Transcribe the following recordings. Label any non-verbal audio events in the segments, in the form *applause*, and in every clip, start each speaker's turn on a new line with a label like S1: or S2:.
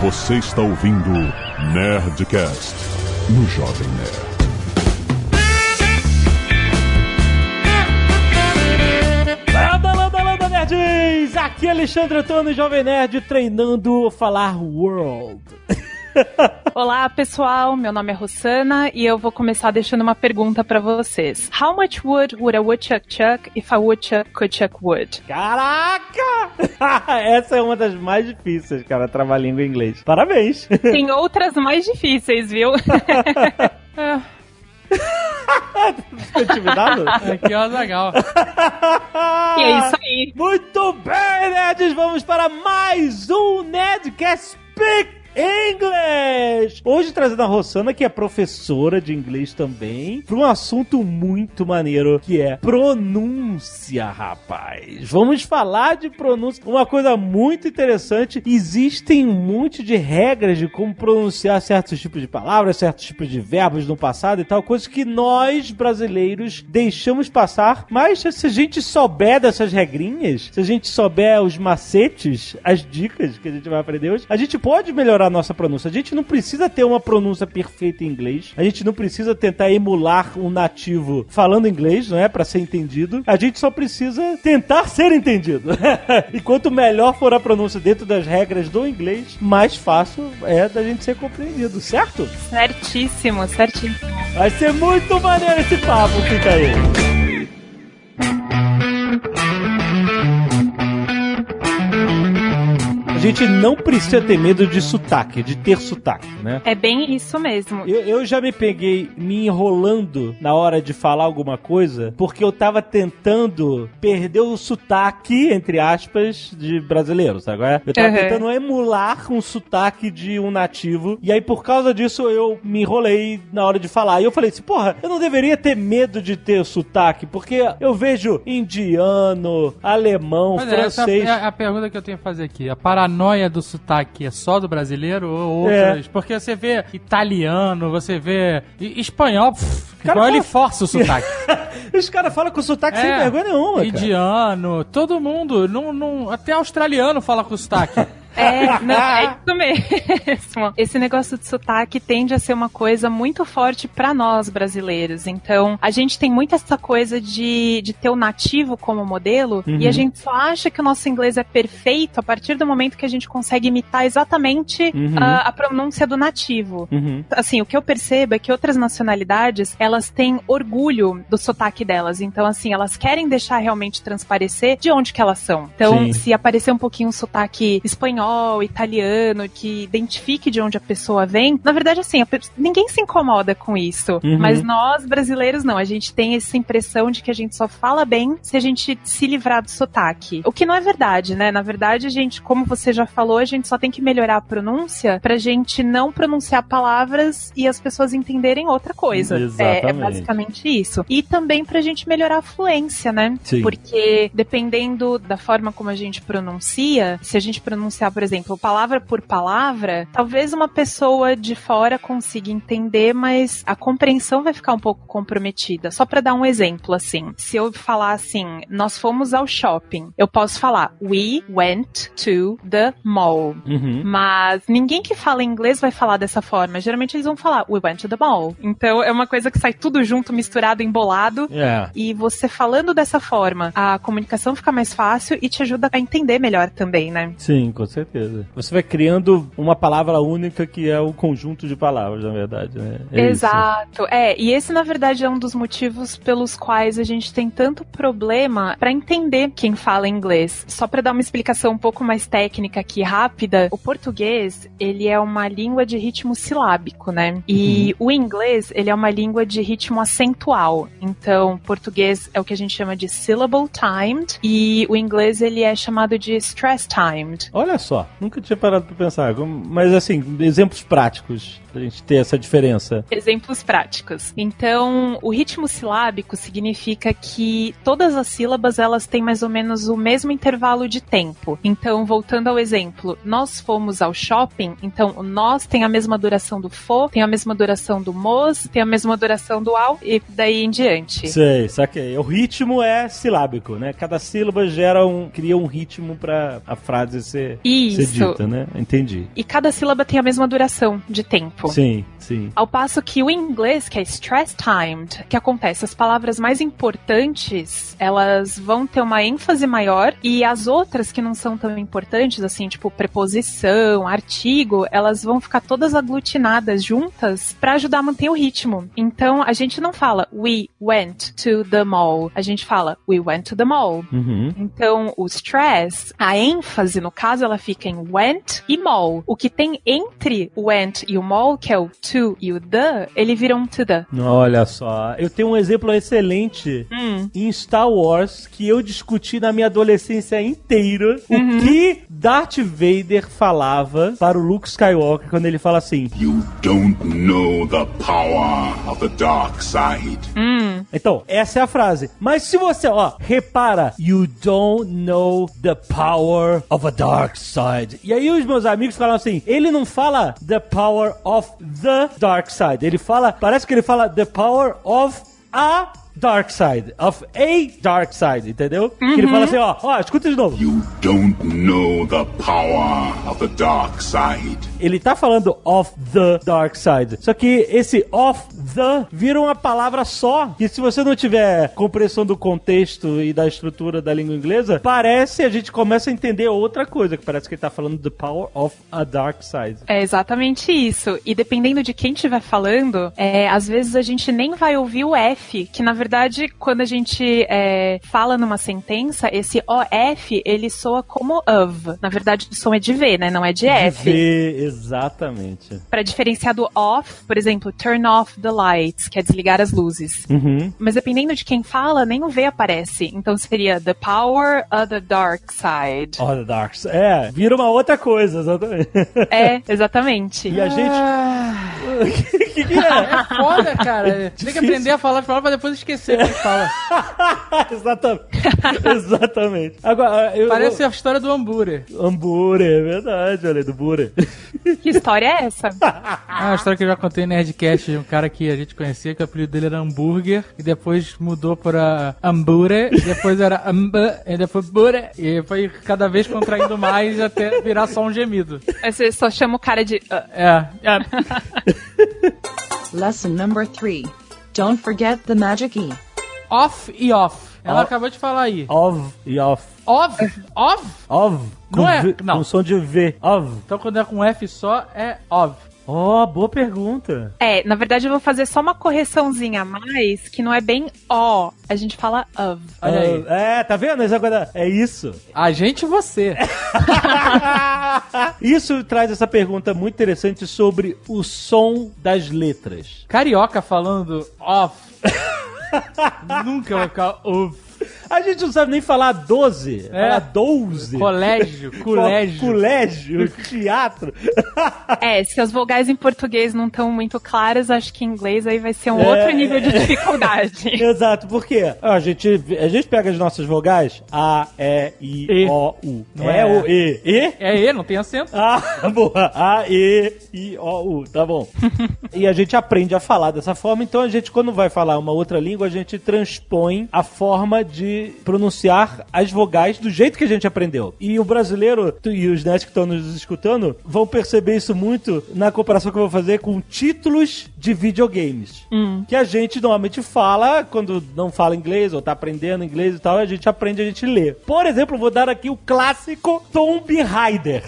S1: Você está ouvindo Nerdcast no Jovem Nerd.
S2: Landa, landa, landa, nerds! Aqui é Alexandre Antônio, Jovem Nerd, treinando falar world.
S3: Olá, pessoal. Meu nome é Rosana e eu vou começar deixando uma pergunta pra vocês. How much wood would a woodchuck chuck if a woodchuck could chuck wood?
S2: Caraca! *laughs* Essa é uma das mais difíceis, cara, travar língua em inglês. Parabéns! *laughs*
S3: Tem outras mais difíceis, viu? Ah,
S2: Ficou intimidado?
S4: Aqui é
S2: *laughs*
S4: o Azagal.
S3: e é isso aí.
S2: Muito bem, nerds! Vamos para mais um Nerdcast Speak English! Hoje trazendo a Rossana, que é professora de inglês também, para um assunto muito maneiro, que é pronúncia, rapaz. Vamos falar de pronúncia. Uma coisa muito interessante, existem um monte de regras de como pronunciar certos tipos de palavras, certos tipos de verbos no passado e tal, coisas que nós, brasileiros, deixamos passar, mas se a gente souber dessas regrinhas, se a gente souber os macetes, as dicas que a gente vai aprender hoje, a gente pode melhorar a nossa pronúncia. A gente não precisa ter uma pronúncia perfeita em inglês, a gente não precisa tentar emular um nativo falando inglês, não é? Pra ser entendido. A gente só precisa tentar ser entendido. *laughs* e quanto melhor for a pronúncia dentro das regras do inglês, mais fácil é da gente ser compreendido, certo?
S3: Certíssimo, certíssimo.
S2: Vai ser muito maneiro esse papo, fica aí. A gente não precisa ter medo de sotaque, de ter sotaque, né?
S3: É bem isso mesmo.
S2: Eu, eu já me peguei me enrolando na hora de falar alguma coisa, porque eu tava tentando perder o sotaque, entre aspas, de brasileiro, sabe? qual é? Eu tava
S3: Uhum.
S2: tentando emular um sotaque de um nativo, e aí por causa disso eu me enrolei na hora de falar. E eu falei assim, porra, eu não deveria ter medo de ter sotaque, porque eu vejo indiano, alemão,
S4: Mas é, essa
S2: francês.
S4: é a pergunta que eu tenho que fazer aqui. A paranoia do sotaque é só do brasileiro ou
S2: É.
S4: outras? Porque você vê italiano, você vê e- espanhol, pff,
S2: Cara,
S4: igual ele
S2: mas-
S4: força
S2: *laughs*
S4: o sotaque.
S2: Os caras falam com sotaque sem
S4: É.
S2: vergonha nenhuma, cara.
S4: Indiano, todo mundo, não, não, até australiano fala
S2: *laughs*
S4: com sotaque.
S3: É, não, é
S2: Ah.
S3: isso mesmo. Esse negócio de sotaque tende a ser uma coisa muito forte pra nós brasileiros. Então, a gente tem muito essa coisa de, de ter o nativo como modelo
S2: Uhum.
S3: e a gente só acha que o nosso inglês é perfeito a partir do momento que a gente consegue imitar exatamente
S2: Uhum.
S3: ah, a pronúncia do nativo.
S2: Uhum.
S3: Assim, o que eu percebo é que outras nacionalidades, elas têm orgulho do sotaque delas. Então, assim, elas querem deixar realmente transparecer de onde que elas são. Então,
S2: Sim.
S3: se aparecer um pouquinho um sotaque espanhol, italiano, que identifique de onde a pessoa vem, na verdade, assim, a pe- ninguém se incomoda com isso.
S2: Uhum.
S3: Mas nós, brasileiros, não. A gente tem essa impressão de que a gente só fala bem se a gente se livrar do sotaque. O que não é verdade, né? Na verdade, a gente, como você já falou, a gente só tem que melhorar a pronúncia pra gente não pronunciar palavras e as pessoas entenderem outra coisa. É- É,
S2: Exatamente.
S3: basicamente isso. E também pra gente melhorar a fluência, né?
S2: Sim.
S3: Porque dependendo da forma como a gente pronuncia, se a gente pronunciar, por exemplo, palavra por palavra, talvez uma pessoa de fora consiga entender, mas a compreensão vai ficar um pouco comprometida. Só pra dar um exemplo, assim. Se eu falar assim, nós fomos ao shopping, eu posso falar we went to the mall.
S2: Uhum.
S3: Mas ninguém que fala inglês vai falar dessa forma. Geralmente eles vão falar we went to the mall. Então é uma coisa que sai tudo junto, misturado, embolado.
S2: É.
S3: E você falando dessa forma, a comunicação fica mais fácil e te ajuda a entender melhor também, né?
S2: Sim, com certeza. Você vai criando uma palavra única que é o conjunto de palavras, na verdade, né? É isso.
S3: Exato. É, e esse na verdade é um dos motivos pelos quais a gente tem tanto problema pra entender quem fala inglês. Só pra dar uma explicação um pouco mais técnica aqui rápida, o português, ele é uma língua de ritmo silábico, né? E
S2: Uhum.
S3: o inglês, ele é uma língua de ritmo acentual. Então, português é o que a gente chama de syllable timed e o inglês ele é chamado de stress timed.
S2: Olha só, nunca tinha parado pra pensar. Como- Mas assim, exemplos práticos pra gente ter essa diferença.
S3: Exemplos práticos. Então, o ritmo silábico significa que todas as sílabas elas têm mais ou menos o mesmo intervalo de tempo. Então, voltando ao exemplo, nós fomos ao shopping, então o nós tem a mesma duração do for, tem a mesma duração do mos, tem a mesma duração do ao e daí em diante.
S2: Sei, saquei. O ritmo é silábico, né? Cada sílaba gera um, cria um ritmo pra a frase ser
S3: Isso.
S2: Sedita, né? Entendi.
S3: E cada sílaba tem a mesma duração de tempo.
S2: Sim, sim.
S3: Ao passo que o inglês, que é stress timed, que acontece, as palavras mais importantes, elas vão ter uma ênfase maior e as outras que não são tão importantes, assim, tipo preposição, artigo, elas vão ficar todas aglutinadas juntas para ajudar a manter o ritmo. Então, a gente não fala we went to the mall, a gente fala we went to the mall.
S2: Uhum.
S3: Então, o stress, a ênfase, no caso, ela fica em went e mall. O que tem entre o went e o mall, que é o to e o the, ele vira um to the.
S2: Olha só, eu tenho um exemplo excelente
S3: Hum.
S2: em Star Wars que eu discuti na minha adolescência inteira o que Darth Vader falava para o Luke Skywalker quando ele fala assim.
S1: You don't know the power of the dark side.
S2: Então, essa é a frase. Mas se você, ó, repara, you don't know the power of a dark side. E aí os meus amigos falam assim, ele não fala the power of the dark side. Ele fala, parece que ele fala the power of a dark side, of a dark side, entendeu? Que ele fala assim, ó, ó, escuta de novo.
S1: You don't know the power of the dark side.
S2: Ele tá falando of the dark side. Só que esse of the vira uma palavra só. E se você não tiver compreensão do contexto e da estrutura da língua inglesa, parece a gente começa a entender outra coisa. Que parece que ele tá falando the power of a dark side.
S3: É exatamente isso. E dependendo de quem estiver falando, é, às vezes a gente nem vai ouvir o F, que na verdade, quando a gente é, fala numa sentença, esse OF, ele soa como of. Na verdade, o som é de V, né? Não é de F.
S2: Vê, exatamente.
S3: Pra diferenciar do off, por exemplo, turn off the lights, que é desligar as luzes.
S2: Uhum.
S3: Mas dependendo de quem fala, nem o V aparece. Então seria the power of the dark side.
S2: Of the dark side. É, vira uma outra coisa, exatamente.
S3: É, exatamente.
S2: E a gente... O que, que
S4: É
S2: é?
S4: foda, cara. Tem que
S2: difícil.
S4: aprender a falar de palavra pra depois esquecer o que
S2: *laughs*
S4: fala.
S2: exatamente. *laughs* exatamente. Agora, eu...
S4: Parece a história do hambúrguer.
S2: Hambúrguer, é verdade, olha, aí, do Bure.
S3: Que história é
S2: *laughs*
S3: essa?
S4: Ah, a história que eu já contei no Nerdcast de um cara que a gente conhecia, que o apelido dele era hambúrguer, e depois mudou para hambúrguer, e depois era hamba, e depois bure, e foi cada vez contraindo mais até virar só um gemido.
S3: Aí Você só chama o cara de. "Ah".
S4: É, é.
S5: *laughs* Lesson number 3. Don't forget the magic E.
S4: Off e off. Ela
S2: Ó.
S4: acabou de falar aí.
S2: Of e off.
S4: Off, off.
S2: Of. Com
S4: Não é-
S2: V,
S4: não.
S2: Com som de V. Of.
S4: Então quando é com F só, é off.
S2: Ó, boa pergunta.
S3: É, na verdade eu vou fazer só uma correçãozinha a mais, que não é bem O. A gente fala
S2: *laughs*
S3: of.
S4: Olha aí.
S2: Ah, É, tá vendo? Isso agora- É isso.
S4: A gente e você.
S2: Isso traz essa pergunta muito interessante sobre o som das letras.
S4: Carioca falando off. *laughs* Nunca vai ficar off.
S2: A gente não sabe nem falar 12,
S4: É.
S2: falar 12.
S4: Colégio, colégio.
S2: Colégio, *laughs* teatro.
S3: É, se as vogais em português não estão muito claras, acho que em inglês aí vai ser
S2: É.
S3: um outro nível de dificuldade.
S2: *laughs* Exato, porque a gente, a gente pega as nossas vogais A, E, I,
S4: E.
S2: O, U.
S4: Não
S2: é
S4: é.
S2: o E. E?
S4: É E, não tem acento.
S2: Ah, boa. *laughs* A, E, I, O, U. Tá bom. e a gente aprende a falar dessa forma, então a gente, quando vai falar uma outra língua, a gente transpõe a forma de pronunciar as vogais do jeito que a gente aprendeu. E o brasileiro, tu- e os nerds que estão nos escutando, vão perceber isso muito na comparação que eu vou fazer com títulos de videogames. Que a gente normalmente fala quando não fala inglês ou tá aprendendo inglês e tal, a gente aprende, a gente lê. Por exemplo, vou dar aqui o clássico Tomb Raider.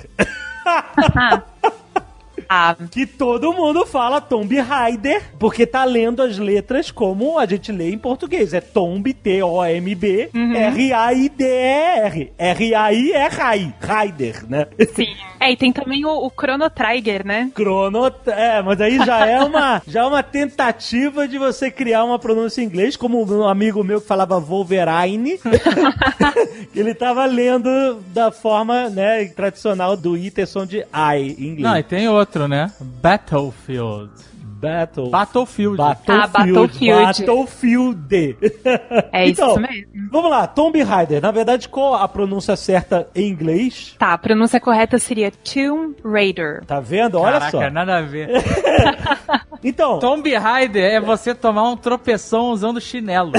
S3: Ah,
S2: Que todo mundo fala Tomb Raider, porque tá lendo as letras como a gente lê em português. É Tomb, T-O-M-B, R-A-I-D-E-R. R-A-I-R, Rai. Raider, né?
S3: sim. É, e tem também o, o Chrono Trigger, né?
S2: Crono... É, mas aí já é, uma, já é uma tentativa de você criar uma pronúncia em inglês, como um amigo meu que falava Wolverine, *laughs* que ele tava lendo da forma né, tradicional do I ter som de I em inglês.
S4: Não, e tem outro, né? Battlefield.
S2: Battle.
S4: Battlefield.
S2: Battlefield.
S3: Ah, Battlefield.
S2: Battlefield.
S3: É isso
S2: *laughs* Então,
S3: mesmo.
S2: Vamos lá, Tomb Raider. Na verdade, qual a pronúncia certa em inglês?
S3: Tá, a pronúncia correta seria Tomb Raider.
S2: Tá vendo? Olha
S4: Caraca, né?
S2: só.
S4: nada a *laughs* ver.
S2: Então,
S4: Tomb Raider é você tomar um tropeção usando chinelo.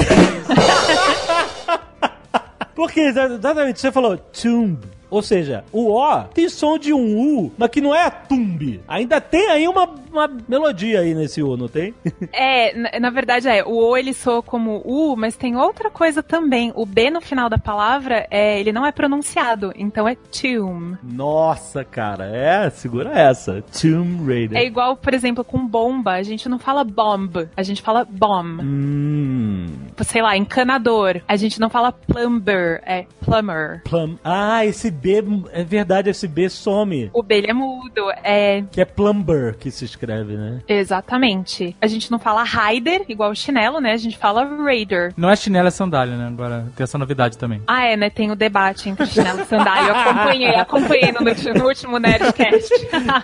S2: porque exa- exatamente você falou Tomb Ou seja, o O tem som de um U, mas que não é tumbe. Ainda tem aí uma, uma melodia aí nesse U, não tem? *laughs*
S3: É, na, na verdade é, o O ele soa como U, mas tem outra coisa também. O B no final da palavra, é, ele não é pronunciado, então é Tomb.
S2: Nossa, cara, é, segura essa. Tomb Raider.
S3: É igual, por exemplo, com bomba, a gente não fala bomb, a gente fala bomb.
S2: Hum.
S3: Sei lá, encanador, a gente não fala plumber, é plumber.
S2: Plum. Ah, esse B, é verdade, esse B some.
S3: O B ele é mudo, é
S2: Que é plumber que se escreve, né?
S3: Exatamente. A gente não fala Raider, igual o chinelo, né? A gente fala Raider.
S4: Não é chinelo, é sandália, né? Agora tem essa novidade também.
S3: Ah, é, né? Tem o debate entre chinelo e sandália. Eu acompanhei, acompanhei no, ulti- no último Nerdcast.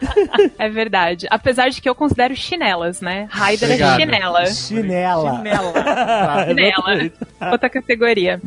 S3: *laughs* é verdade. Apesar de que eu considero chinelas, né? Raider é
S4: Obrigado.
S3: chinela.
S2: Chinela. *laughs*
S3: *laughs* Chinela. Outra categoria.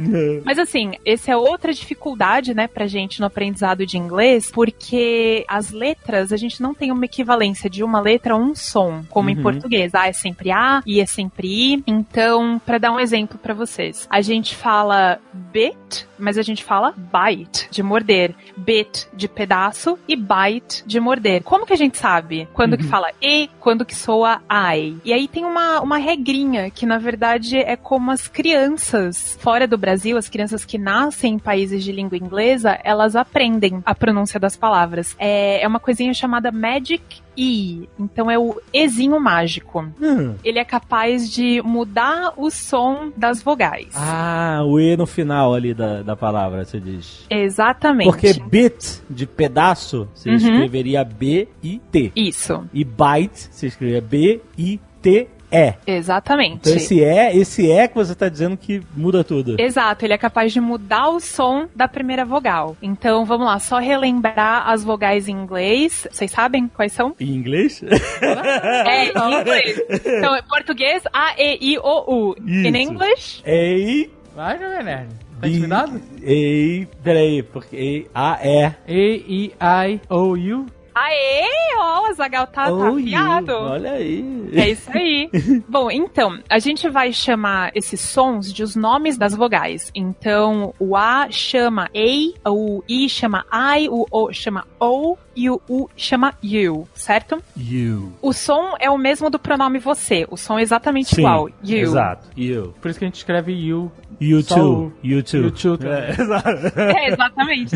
S3: Mas assim, essa é outra dificuldade, né, pra gente no aprendizado de inglês, porque as letras, a gente não tem uma equivalência de uma letra a um som, como em português. A é sempre A, I é sempre I. Então, pra dar um exemplo pra vocês, a gente fala bit, mas a gente fala bite, de morder. Bit de pedaço e bite de morder. Como que a gente sabe quando
S2: Uhum.
S3: que fala e, quando que soa I? E aí tem uma, uma regrinha que, na verdade, é como as crianças fora do Brasil, as crianças que nascem em países de língua inglesa, elas aprendem a pronúncia das palavras. É, é uma coisinha chamada Magic E. Então é o Ezinho mágico.
S2: Hum.
S3: Ele é capaz de mudar o som das vogais.
S2: Ah, o E no final ali da, da palavra, você diz.
S3: Exatamente.
S2: Porque bit de pedaço se
S3: Uhum.
S2: escreveria B-I-T.
S3: Isso,
S2: E byte se escreveria B-I-T-E.
S3: exatamente.
S2: Então esse E, esse E que você tá dizendo que muda tudo.
S3: Exato, ele é capaz de mudar o som da primeira vogal. Então, vamos lá, só relembrar as vogais em inglês. Vocês sabem quais são?
S2: Em inglês?
S3: *laughs* é, em inglês. Então, é português, A, E, I, O, U.
S2: Isso.
S3: In English,
S2: Ei,
S4: Vai, Jovem Nerd. Tá
S2: bi-
S4: intimidado?
S2: Ei, peraí, porque ei, A, E.
S4: A-E-I-O-U.
S3: Aê, ó, o Azagal tá, tá
S2: Oh, you.
S3: afiado.
S2: Olha aí.
S3: É isso *laughs* aí. Bom, então, a gente vai chamar esses sons de os nomes das vogais. Então, o A chama EI, o I chama I, o O chama O e o U chama You, certo?
S2: You.
S3: O som é o mesmo do pronome você, o som é exatamente
S2: Sim,
S3: igual. You.
S2: Exato. You.
S4: Por isso que a gente escreve U.
S2: You
S4: Só
S2: too.
S4: o-
S2: You too.
S4: You too também.
S2: É, *laughs* exato.
S3: *laughs* É, exatamente,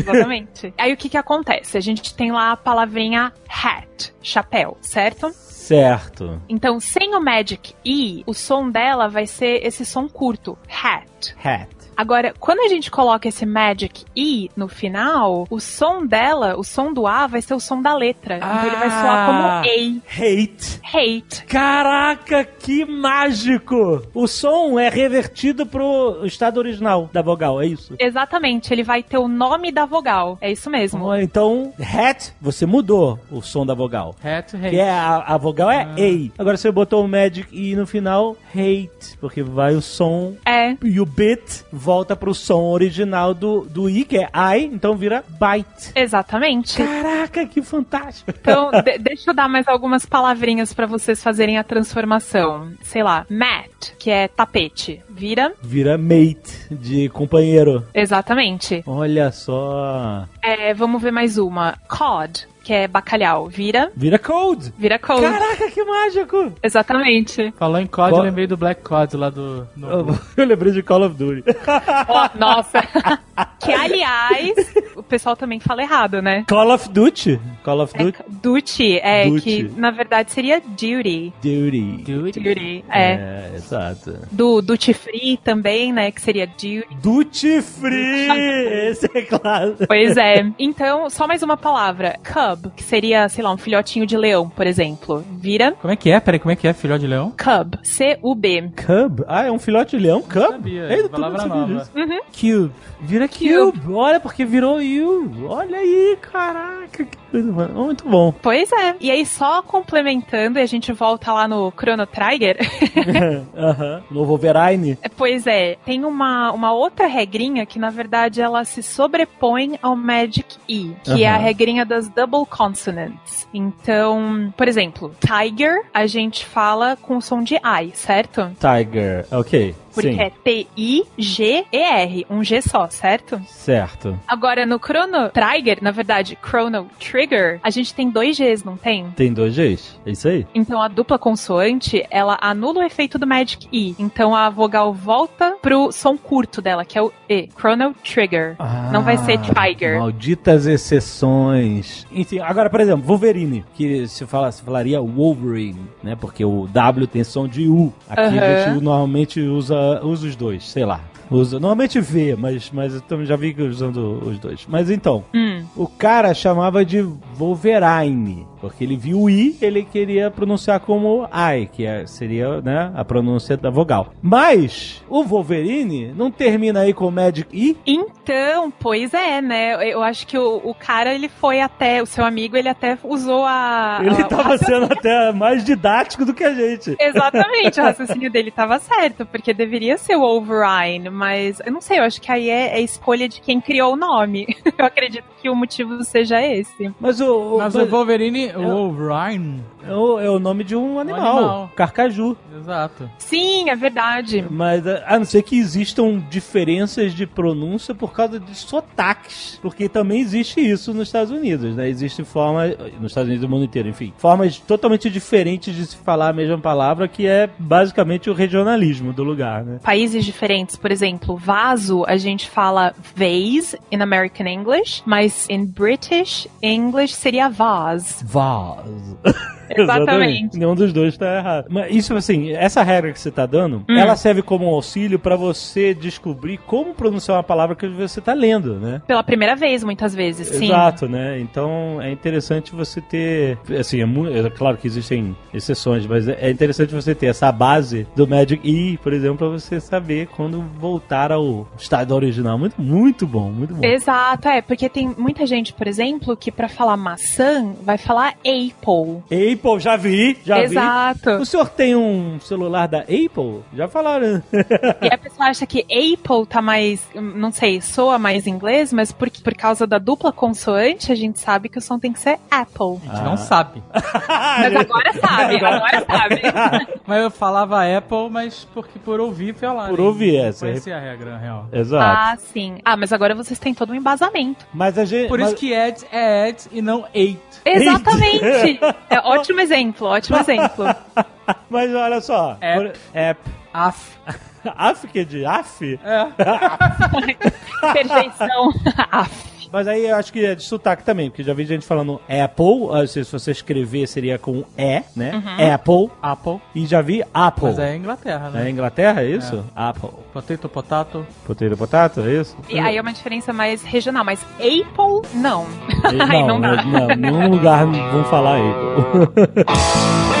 S2: *laughs*
S3: exatamente. Aí o que que acontece? A gente tem lá a palavrinha hat, chapéu, certo?
S2: Certo.
S3: Então, sem o magic e, o som dela vai ser esse som curto, hat.
S2: Hat.
S3: Agora, quando a gente coloca esse Magic E no final, o som dela, o som do A, vai ser o som da letra. Então ele vai soar como
S2: Ah.
S3: A.
S2: Hate.
S3: Hate.
S2: Caraca, que mágico! O som é revertido pro estado original da vogal, é isso?
S3: Exatamente, ele vai ter o nome da vogal. É isso mesmo.
S2: Ó, Então, hat, você mudou o som da vogal.
S4: Hat,
S2: Que é a, a vogal é ei. Agora você botou o magic e no final hate, porque vai o som
S3: É.
S2: e o bit volta pro som original do, do i, que é i, então vira byte.
S3: Exatamente.
S2: Caraca, que fantástico!
S3: Então, de- deixa eu dar mais algumas palavrinhas pra vocês fazerem a transformação. Sei lá, mat, que é tapete. Vira?
S2: Vira mate de companheiro.
S3: Exatamente.
S2: Olha só.
S3: É, vamos ver mais uma. Cod, que é bacalhau. Vira?
S2: Vira cold.
S3: Vira cold.
S2: Caraca, que mágico!
S3: Exatamente.
S4: *laughs* Falou em COD,
S2: Co-
S4: eu lembrei do Black COD lá do...
S2: Eu,
S4: No...
S2: eu lembrei de Call of Duty.
S3: Ó, nossa. que, aliás, o pessoal também fala errado, né?
S2: Call of Duty? Call of
S3: É,
S2: Duty?
S3: duty, é,
S2: Duty.
S3: que na verdade seria duty.
S2: Duty.
S3: Duty, é.
S2: exato.
S3: Do duty free também, né, que seria duty.
S2: Duty Free! *laughs* Esse é claro.
S3: Pois é. Então, só mais uma palavra. Cub, que seria, sei lá, um filhotinho de leão, por exemplo. Vira
S4: Como é que é? Peraí, como é que é, filhote de leão?
S3: cub. C-U-B.
S2: Cub? Ah, é um filhote de leão? Cub?
S4: Sabia,
S2: Ei, todo
S4: palavra
S2: mundo sabia é
S4: nova.
S2: disso. Cube. Vira Uhum. Cube.
S3: Cube.
S2: Olha, porque virou You. Olha aí, caraca. Que coisa, mano. Muito *laughs* bom.
S3: Pois é. E aí, só complementando, e a gente volta lá no Chrono Trigger. *laughs*
S2: Aham. Novo Wolverine.
S3: Pois é, tem uma, uma outra regrinha que, na verdade, ela se sobrepõe ao Magic E, que é a
S2: Aham.
S3: regrinha das double consonants. Então, por exemplo, tiger, a gente fala com o som de I, certo?
S2: Tiger. Ok.
S3: Porque
S2: Sim.
S3: é T-I-G-E-R, um G só, certo?
S2: Certo.
S3: Agora, no Chrono Trigger, na verdade, Chrono Trigger, a gente tem dois Gs, não tem?
S2: Tem dois Gs? É isso aí?
S3: Então a dupla consoante, ela anula o efeito do Magic E. Então a vogal volta pro som curto dela, que é o E. Chrono Trigger.
S2: Ah,
S3: Não vai ser Tiger.
S2: Malditas exceções. Enfim, agora, por exemplo, Wolverine, que se, fala, se falaria Wolverine, né? Porque o W tem som de U. Aqui a
S3: Aham.
S2: gente normalmente usa, usa os dois, sei lá. Usa, normalmente V, mas, mas eu também já vi que usando os dois. Mas então,
S3: Hum.
S2: o cara chamava de Wolverine, porque ele viu o I, ele queria pronunciar como I, que é- seria né, a pronúncia da vogal. Mas o Wolverine não termina aí com Magic I?
S3: Então, pois é, né? Eu acho que o, o cara, ele foi até, o seu amigo, ele até usou a.
S2: *laughs* Ele
S3: a-
S2: tava sendo até mais didático do que a gente.
S3: Exatamente, o raciocínio dele tava certo, porque deveria ser o Wolverine, mas eu não sei, eu acho que aí é, é escolha de quem criou o nome. *laughs* Eu acredito que o motivo seja esse.
S2: Mas o, o-
S4: Mas o
S2: mas-
S4: Wolverine, o Wolverine,
S2: é o- é o nome de um animal,
S4: animal.
S2: carcaju.
S4: exato.
S3: Sim, é verdade.
S2: Mas é, a a não ser que existam diferenças de pronúncia por causa de sotaques, porque também existe isso nos Estados Unidos, né? Existe forma nos Estados Unidos e no mundo inteiro, enfim, formas totalmente diferentes de se falar a mesma palavra, que é basicamente o regionalismo do lugar, né?
S3: Países diferentes, por exemplo, vaso, a gente fala vase in American English, mas in British English seria vase.
S2: Vaz.
S3: *laughs* Exatamente.
S2: Nenhum dos dois tá errado. Mas isso, assim, essa regra que você tá dando,
S3: Hum.
S2: ela serve como um auxílio pra você descobrir como pronunciar uma palavra que você tá lendo, né?
S3: Pela primeira vez, muitas vezes, sim.
S2: Exato, né? Então é interessante você ter. Assim, é, mu- é claro que existem exceções, mas é é interessante você ter essa base do Magic E, por exemplo, pra você saber quando voltar ao estado original. Muito, muito bom, muito bom.
S3: Exato, é, porque tem muita gente, por exemplo, que pra falar maçã vai falar apple.
S2: Apple, já vi, já vi.
S3: Exato.
S2: O senhor tem um celular da Apple? Já falaram. *laughs*
S3: E a pessoa acha que Apple tá mais, hum, não sei, soa mais inglês, mas por, por causa da dupla consoante, a gente sabe que o som tem que ser Apple.
S4: A gente
S2: Ah.
S4: não sabe.
S3: Mas agora sabe, agora sabe.
S4: Mas eu falava Apple, mas porque por ouvir foi lá.
S2: Por
S4: né?
S2: ouvir,
S4: Não
S2: essa.
S4: Conhecia a regra, na real.
S2: Exato.
S3: Ah, sim. Ah, mas agora vocês têm todo um embasamento.
S2: Mas a gente.
S4: Por
S2: mas-
S4: isso que Ed é Ed e não Eight.
S3: Exatamente. É ótimo exemplo, ótimo *laughs* exemplo.
S2: Mas *laughs* olha só.
S4: App.
S2: por- App. *laughs*
S4: Af.
S2: Af que é de af?
S4: *laughs* É.
S3: Perfeição. *laughs* Ah, Aff.
S2: Mas aí eu acho que é de sotaque também, porque já vi gente falando Apple, ah, se se você escrever seria com E, né?
S3: Uhum.
S2: Apple.
S4: Apple.
S2: E já vi Apple.
S4: Mas é Inglaterra,
S2: Na
S4: né?
S2: Inglaterra, é isso? Apple.
S4: Potato, potato.
S2: Potato, potato, é isso?
S3: e aí *laughs* é uma diferença mais regional, mas Apple, não.
S2: Não,
S3: Ai, não dá.
S2: não, em nenhum lugar vão falar Apple.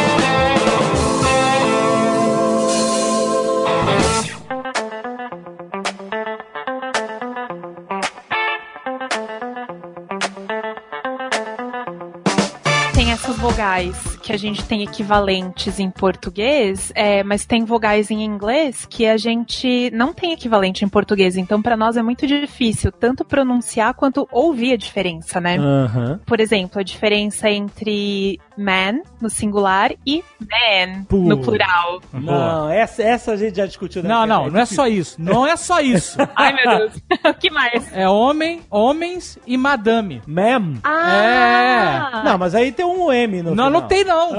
S3: Tem essas vogais que a gente tem equivalentes em português, é, mas tem vogais em inglês que a gente não tem equivalente em português. Então, pra nós é muito difícil tanto pronunciar quanto ouvir a diferença, né?
S2: Hum. Aham.
S3: Por exemplo, a diferença entre man no singular e man
S2: Pô.
S3: no plural.
S4: Boa.
S2: Não, essa, essa a gente já discutiu. né?
S4: Não, não, não é só isso. Não é só *laughs* isso.
S3: Ai, meu Deus. *laughs* o que mais?
S4: É homem, homens e madame.
S2: Ma'am.
S3: Ah!
S2: Não, mas aí tem um M no
S4: Não,
S2: final.
S4: não tem não.
S2: *laughs*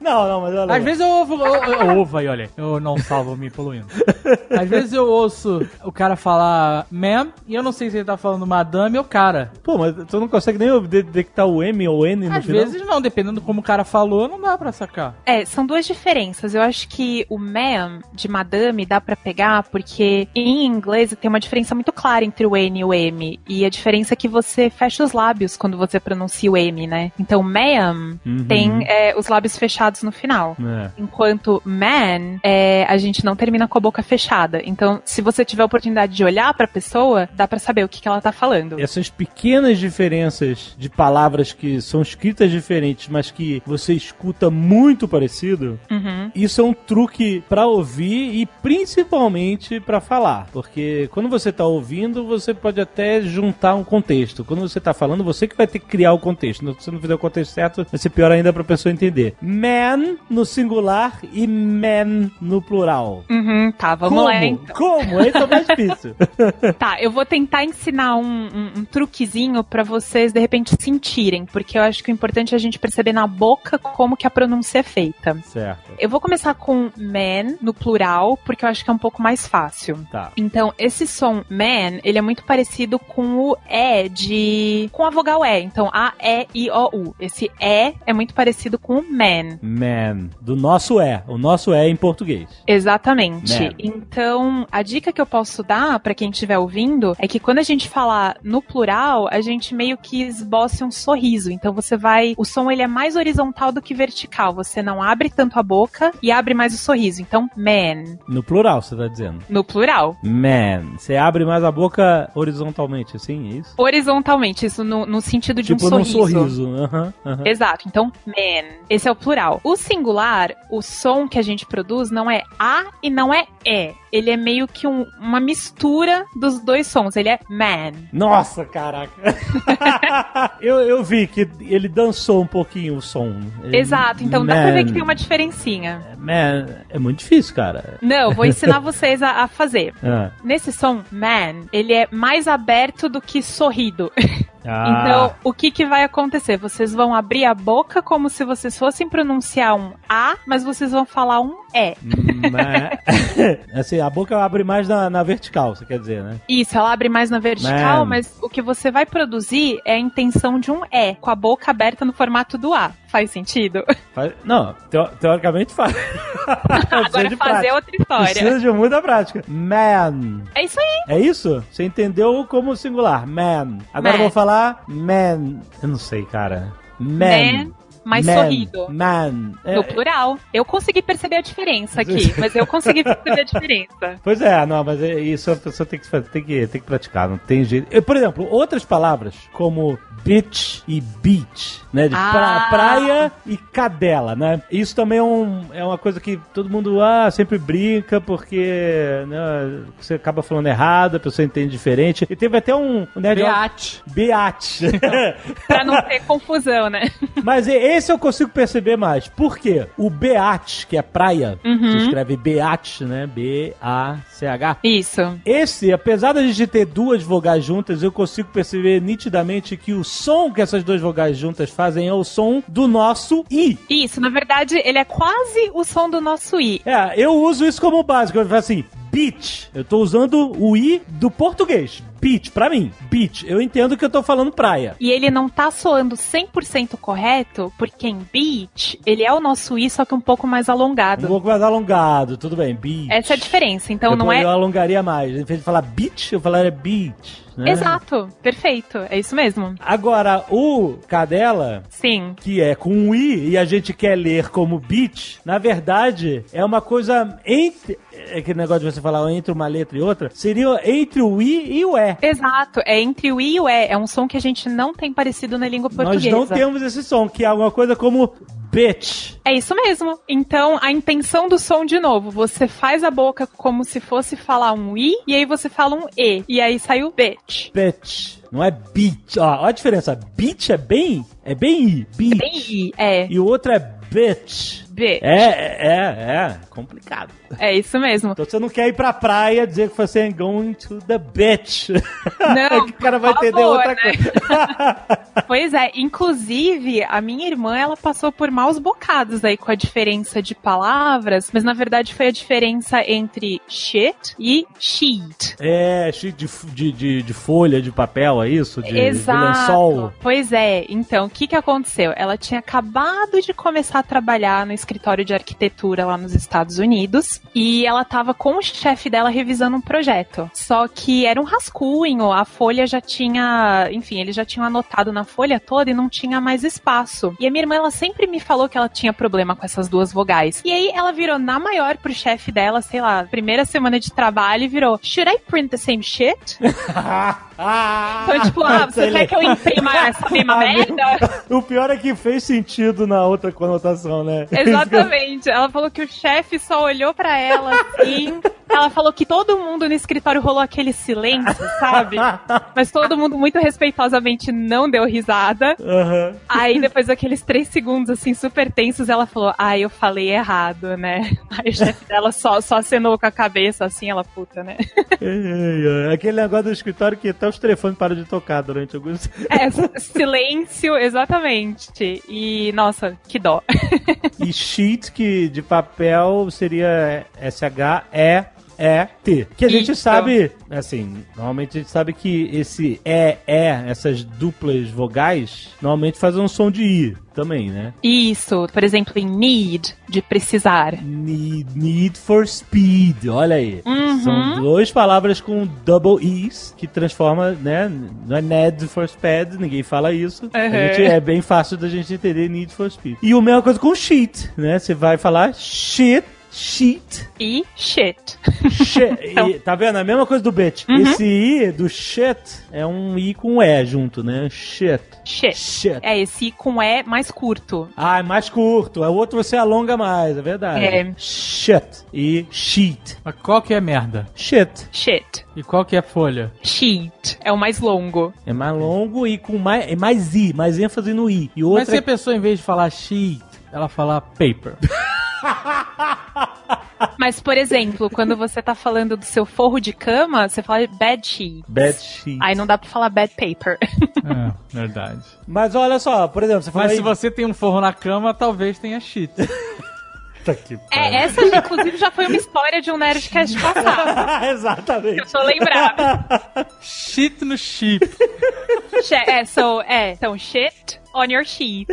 S2: não, não, mas olha
S4: Às
S2: lá.
S4: vezes eu ouvo. Eu, eu ouvo aí, olha. Eu não salvo me poluindo. Às vezes eu ouço o cara falar ma'am e eu não sei se ele tá falando madame ou cara.
S2: Pô, mas tu não consegue nem detectar o M ou N no
S4: Às
S2: final?
S4: vezes não, dependendo como o cara falou, não dá pra sacar.
S3: É, são duas diferenças. Eu acho que o ma'am de madame dá pra pegar porque em inglês tem uma diferença muito clara entre o N e o M. E a diferença é que você fecha os lábios quando você pronuncia o M, né? Então, ma'am
S2: Uhum.
S3: tem é, os lábios fechados no final.
S2: É.
S3: Enquanto man, é, a gente não termina com a boca fechada. Então, se você tiver a oportunidade de olhar pra pessoa, dá pra saber o que, que ela tá falando.
S2: Essas pequenas diferenças de palavras que são escritas ditas diferentes, mas que você escuta muito parecido,
S3: Uhum.
S2: isso é um truque pra ouvir e principalmente pra falar. Porque quando você tá ouvindo, você pode até juntar um contexto. Quando você tá falando, você que vai ter que criar o contexto. Se você não fizer o contexto certo, vai ser pior ainda pra pessoa entender. Man no singular e men no plural.
S3: Uhum, tá, vamos
S2: Como?
S3: lá então.
S2: Como? Esse é o mais
S3: *laughs*
S2: difícil.
S3: Tá, eu vou tentar ensinar um, um- um truquezinho pra vocês de repente sentirem, porque eu acho que o importante é a gente perceber na boca como que a pronúncia é feita.
S2: certo.
S3: Eu vou começar com man no plural, porque eu acho que é um pouco mais fácil.
S2: Tá.
S3: Então, esse som man, ele é muito parecido com o E de. com a vogal E. Então, A, E, I, O, U. Esse E é muito parecido com o man.
S2: Man. Do nosso é. O nosso é em português.
S3: Exatamente.
S2: Man.
S3: Então, a dica que eu posso dar pra quem estiver ouvindo é que quando a gente falar no plural, a gente meio que esboce um sorriso. Então, você vai. O som ele é mais horizontal do que vertical. Você não abre tanto a boca e abre mais o sorriso. Então, man.
S2: No plural, você tá dizendo.
S3: No plural.
S2: Man. Você abre mais a boca horizontalmente, assim, é isso?
S3: Horizontalmente, isso no, no sentido de
S2: tipo
S3: um
S2: num
S3: sorriso.
S2: sorriso. Aham, aham.
S3: Exato, então man. Esse é o plural. O singular, o som que a gente produz não é a e não é e. Ele é meio que um- uma mistura dos dois sons. Ele é man.
S2: Nossa,
S3: *laughs*
S2: caraca. eu, eu vi que ele dançou um pouquinho o som. Ele- é
S3: Exato, então dá pra ver que
S2: Man.
S3: tem uma diferencinha.
S2: Man. É muito difícil, cara.
S3: Não,
S2: *laughs*
S3: vou ensinar vocês a, a fazer.
S2: Ah.
S3: Nesse som, man, ele é mais aberto do que sorrido.
S2: Ah.
S3: Então, o que, que vai acontecer? Vocês vão abrir a boca como se vocês fossem pronunciar um A, mas vocês vão falar um E.
S2: Ma- *laughs* assim, a boca abre mais na, na vertical, você quer dizer, né?
S3: Isso, ela abre mais na vertical,
S2: Man.
S3: mas o que você vai produzir é a intenção de um E, com a boca aberta no formato do A. Faz sentido?
S2: Faz- Não, teo- teoricamente faz. *laughs*
S3: Agora fazer outra história.
S2: Precisa de muita prática. Man.
S3: É isso aí.
S2: É isso? Você entendeu como singular. Man. Agora eu
S3: Man.
S2: vou falar man. Eu não sei, cara. Man.
S3: Man, mais
S2: Man.
S3: sorrido.
S2: Man. É,
S3: No plural. Eu consegui perceber a diferença aqui, mas eu consegui perceber a diferença.
S2: Pois é, não, mas é- isso a pessoa tem que, fazer, tem que, tem que praticar, não tem jeito. Eu, por exemplo, outras palavras como bitch e beach, né? De pra-
S3: Ah.
S2: praia e cadela, né? Isso também é, um, é uma coisa que todo mundo ah, sempre brinca porque né, você acaba falando errado, a pessoa entende diferente. E teve até um, um nerd.
S4: Beate.
S2: Beate. *laughs*
S3: Pra não ter confusão, né?
S2: Mas e- esse eu consigo perceber mais. Por quê? O Beate, que é praia, se
S3: Uhum.
S2: escreve Beate, né? B-A-C-H.
S3: Isso.
S2: Esse, apesar da gente ter duas vogais juntas, eu consigo perceber nitidamente que o som que essas duas vogais juntas fazem é o som do nosso I.
S3: Isso, na verdade, ele é quase o som do nosso I.
S2: É, eu uso isso como básico. Eu falo assim, beat. Eu tô usando o I do português. Beat, pra mim. Beat. Eu entendo que eu tô falando praia.
S3: E ele não tá soando 100% correto, porque em beat, ele é o nosso I, só que um pouco mais
S2: Um
S3: alongado.
S2: pouco mais alongado, tudo bem. Beat.
S3: Essa é a diferença, então não
S2: Depois
S3: é.
S2: Eu alongaria mais. Em vez de falar beat, eu falaria beat. né?
S3: Exato, perfeito, é isso mesmo.
S2: Agora, o cadela,
S3: Sim.
S2: que é com um i e a gente quer ler como bit, na verdade é uma coisa entre é aquele negócio de você falar entre uma letra e outra, seria entre o i e o e.
S3: Exato, é entre o I e o E, é um som que a gente não tem parecido na língua
S2: Nós
S3: portuguesa.
S2: não temos esse som, que é alguma coisa como bitch.
S3: É isso mesmo. Então, a intenção do som de novo, você faz a boca como se fosse falar um i e aí você fala um e e aí sai o bitch.
S2: Bitch. Não é beat. Ó, ó a diferença. Beat é bem, é bem i, beat.
S3: Tem i, é.
S2: E o outro é bitch.
S3: B.
S2: É, é, é, é complicado.
S3: É isso
S2: *laughs*
S3: mesmo.
S2: Então você não quer ir pra praia dizer que você é going to the *laughs* bitch.
S3: Não,
S2: É que o cara vai
S3: por
S2: entender
S3: favor,
S2: outra
S3: né?
S2: coisa.
S3: Pois é, inclusive a minha irmã ela passou por maus bocados aí com a diferença de palavras, mas na verdade foi a diferença entre shit e sheet.
S2: É, cheio de, f- de, de, de folha, de papel, é isso? De, de *laughs* lençol.
S3: Pois é. Então, o que, que aconteceu? Ela tinha acabado de começar a trabalhar no escritório de arquitetura lá nos Estados Unidos e ela tava com o chefe dela revisando um projeto. Só que era um rascunho, a folha já tinha, enfim, eles já tinham anotado na folha toda e não tinha mais espaço. E a minha irmã, ela sempre me falou que ela tinha problema com essas duas vogais. E aí ela virou na maior pro chefe dela, sei lá, primeira semana de trabalho e virou: Should I print the same shit?
S2: Ah,
S3: Então, tipo, ah, você quer que eu imprima essa mesma
S2: Ah, meu.
S3: merda?
S2: O pior é que fez sentido na outra conotação, né?
S3: Exatamente. Ela falou que o chefe só olhou pra ela assim. Ela falou que todo mundo no escritório rolou aquele silêncio, sabe? Mas todo mundo muito respeitosamente não deu risada.
S2: *laughs* Aham.
S3: Aí depois daqueles três segundos assim super tensos, ela falou: "Ai, eu falei errado, né?". Aí o chefe dela só só acenou com a cabeça assim, ela puta, né?
S2: Ei, ei, ei. Aquele negócio do escritório que até os telefones param de tocar durante alguns.
S3: É, s- silêncio, exatamente. E nossa, que dó.
S2: E sheet que de papel seria S-H-E-E-T. Que a gente
S3: Isso.
S2: sabe, assim, normalmente a gente sabe que esse E-E, essas duplas vogais, normalmente fazem um som de I também, né?
S3: Isso, por exemplo, em need, de precisar.
S2: Need, need for speed, olha aí.
S3: Uhum.
S2: São duas palavras com double E's que transforma, né? Não é need for speed, ninguém fala isso.
S3: Uhum.
S2: A gente- é bem fácil da gente entender need for speed. E a mesma coisa com sheet, né? Você vai falar shit, sheet,
S3: E shit. *laughs*
S2: she-
S3: Então.
S2: e- tá vendo? É a mesma coisa do bitch.
S3: Uhum.
S2: Esse I do shit é um I com E junto, né? Shit.
S3: Shit.
S2: Shit.
S3: É esse com E mais curto.
S2: Ah, é mais curto. O outro você alonga mais, é verdade.
S3: É.
S2: Shit e sheet.
S4: Mas qual que é merda?
S2: Shit.
S3: Shit.
S4: E qual que é folha?
S3: Sheet. É o mais longo.
S2: É mais longo e com mais, é mais I, mais ênfase no I. E
S4: Mas se
S2: outra. é
S4: a pessoa, em vez de falar sheet, ela falar
S2: *laughs*
S4: paper.
S3: Mas, por exemplo, quando você tá falando do seu forro de cama, você fala bed sheet.
S2: Bad sheet.
S3: Aí não dá pra falar bed paper.
S4: é, verdade.
S2: Mas olha só, por exemplo, você falou.
S4: Mas
S2: Tá aí-
S4: se você tem um forro na cama, talvez tenha sheet.
S2: Puta que pariu.
S3: *laughs* É, essa, inclusive, já foi uma história de um Nerdcast passado.
S2: *laughs* Exatamente.
S3: Eu tô lembrada.
S4: sheet no chip.
S3: Che- É, so, é, então, shit on your sheet.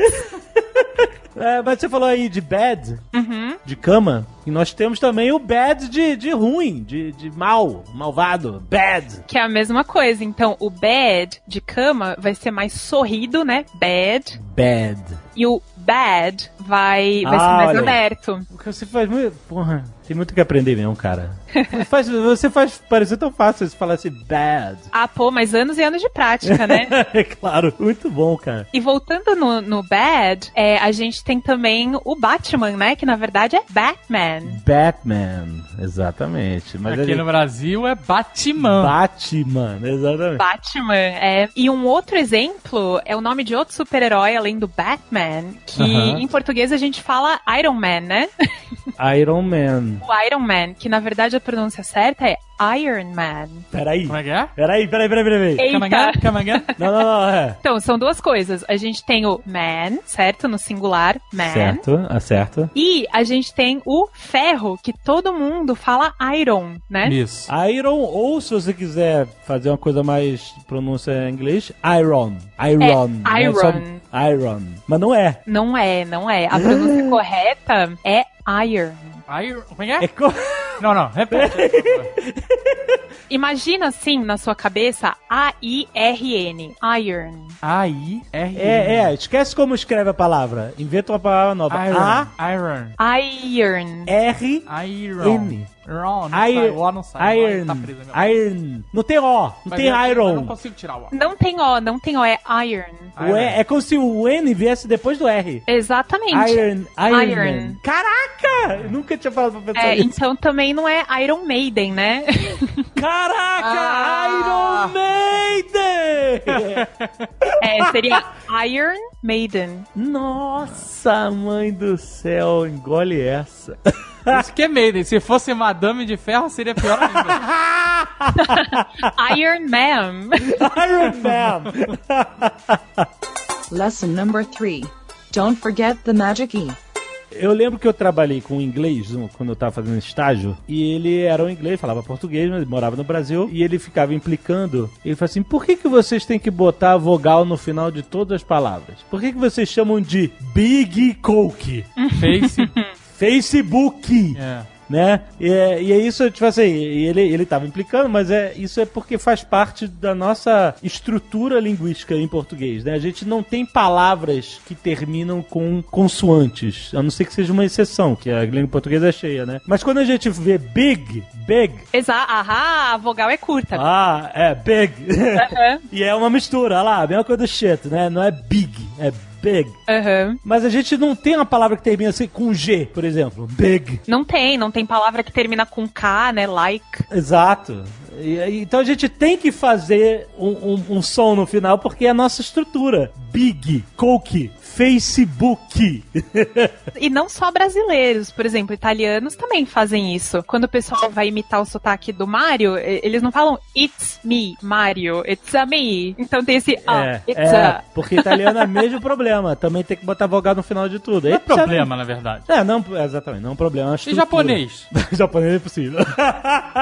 S2: É, mas você falou aí de bad,
S3: Uhum.
S2: de cama. E nós temos também o bad de, de ruim, de, de mal, malvado. Bad.
S3: Que é a mesma coisa. Então, o bed de cama vai ser mais sorrido, né? Bed.
S2: Bad.
S3: E o bad vai, vai ser
S2: Ah,
S3: mais
S2: olha aí.
S3: aberto.
S2: Porque você faz muito. Porra, tem muito o que aprender mesmo, cara. Você faz, você faz parecer tão fácil se falar assim, bad.
S3: Ah, pô, mas anos e anos de prática, né?
S2: *laughs* É claro, muito bom, cara.
S3: E voltando no, no Bad, é, a gente tem também o Batman, né? Que na verdade é Batman.
S2: Batman, exatamente. Mas
S4: Aqui
S2: ele...
S4: no Brasil é Batman.
S2: Batman, exatamente.
S3: Batman, é. E um outro exemplo é o nome de outro super-herói além do Batman, que
S4: Aham.
S3: em português a gente fala Iron Man, né? *laughs*
S2: Iron Man.
S3: o Iron Man, que na verdade a pronúncia certa é Iron Man.
S2: Peraí.
S4: Como é que é?
S2: Peraí, peraí, peraí, peraí. peraí.
S4: Camangá?
S3: Eita!
S4: Camangá?
S2: Não, não, não, é.
S3: Então, são duas coisas. A gente tem o man, certo? No singular, man.
S2: Certo, acerta.
S3: E a gente tem o ferro, que todo mundo fala iron,
S2: *laughs*
S3: né?
S4: é? Isso.
S2: Iron, ou se você quiser fazer uma coisa mais pronúncia em inglês, Iron. Iron. né?
S3: iron.
S2: Só iron. Mas não é.
S3: Não é, não é. A
S2: Ah.
S3: pronúncia correta é iron.
S4: Iron. Como é que
S2: É
S4: é?
S2: co... *laughs*
S4: Não, não. Repete. por favor.
S3: Imagina assim na sua cabeça A-I-R-N. Iron.
S4: A-I-R.
S2: É, é, esquece como escreve a palavra. Inventa uma palavra nova.
S4: Iron. Iron.
S2: É.
S3: Iron.
S2: A-R... N.
S4: Iron. Ron, não sai, o A não sai. o A
S2: Iron.
S4: Tá preso, meu.
S2: Iron. Não tem O. Não
S4: Mas
S2: tem
S4: eu-
S2: Iron.
S4: Eu não consigo tirar o A.
S3: Não tem O, não tem O, é iron.
S2: O E- é como se o N viesse depois do R.
S3: Exatamente.
S2: Iron, Iron,
S3: Iron.
S2: Man. Caraca! Eu nunca tinha falado pra pensar
S3: É,
S2: nisso.
S3: então também não é Iron Maiden, né? *laughs*
S2: Caraca!
S4: Ah!
S2: Iron Maiden!
S3: É, seria Iron Maiden.
S2: *laughs* *laughs* Nossa, mãe do céu, engole essa. *laughs*
S4: Isso que é Maiden. Se fosse Madame de Ferro, seria pior ainda.
S2: *laughs*
S3: Iron Man.
S2: Iron Man!
S5: Lesson number 3. Don't forget the magic E.
S2: Eu lembro que eu trabalhei com um inglês no- quando eu tava fazendo estágio, e ele era um inglês, falava português, mas morava no Brasil, e ele ficava implicando. Ele falou assim: por que, que vocês têm que botar a vogal no final de todas as palavras? Por que, que vocês chamam de Big Coke?
S4: Face.
S2: Facebook?
S4: Hum? É.
S2: né? E é, e é isso, tipo assim, ele, ele tava implicando, mas é, isso é porque faz parte da nossa estrutura linguística em português, né? A gente não tem palavras que terminam com consoantes, a não ser que seja uma exceção, que a língua portuguesa é cheia, né? Mas quando a gente vê big, big,
S3: Exato. Ahá, a vogal é curta.
S2: ah, é big,
S3: Aham,
S2: *laughs* e é uma mistura, olha lá, a mesma coisa do shit, né? Não é big, é big.
S3: aham.
S2: Mas a gente não tem uma palavra que termina assim com G, por exemplo. Big.
S3: Não tem, não tem palavra que termina com K, né? Like.
S2: Exato. E- e- Então a gente tem que fazer um, um- um som no final, porque é a nossa estrutura. Big, Coke, Facebook.
S3: E não só brasileiros, por exemplo, italianos também fazem isso. Quando o pessoal vai imitar o sotaque do Mario, e- eles não falam it's me, Mario, it's a me. Então tem esse ah,
S2: *laughs* é,
S3: it's
S2: é,
S3: a.
S2: porque italiano é o mesmo problema. Também tem que botar vogal no final de tudo.
S4: Não é
S2: Esse é-
S4: problema, na verdade.
S2: É, não, exatamente, não é um problema. é uma
S4: E
S2: estrutura.
S4: japonês?
S2: *laughs* japonês é
S4: *laughs*
S2: impossível.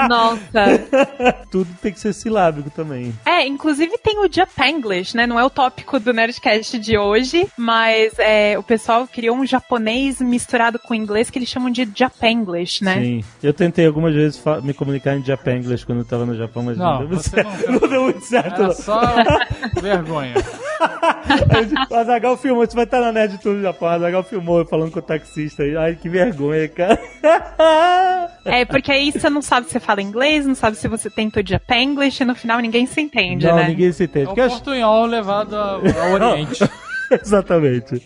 S3: Nossa.
S2: tudo tem que ser silábico também.
S3: É, inclusive tem o Japanglish, né? Não é o tópico do Nerdcast de hoje, mas é, o pessoal criou um japonês misturado com inglês que eles chamam de Japanglish, né?
S2: Sim. Eu tentei algumas vezes fa- me comunicar em japanglish quando eu tava no Japão, mas não,
S4: Não,
S2: deu,
S4: você
S2: certo. *laughs*
S4: não-
S2: Não... deu muito certo.
S4: Era
S2: não.
S4: só
S2: *laughs* É
S4: vergonha. É
S2: O Azagal filmou, você vai estar na Nerd Tour do Japão. O Azagal filmou eu falando com o taxista. Ai, que vergonha,
S4: *laughs*
S2: cara.
S3: É, porque aí você não sabe se você fala inglês, não sabe se você tentou Japanglish, e no final ninguém se entende,
S2: não,
S3: né?
S2: ninguém se
S4: É
S2: entende.
S4: o
S2: porque eu acho-
S4: portunhol levado ao, ao Oriente.
S2: *laughs* Exatamente.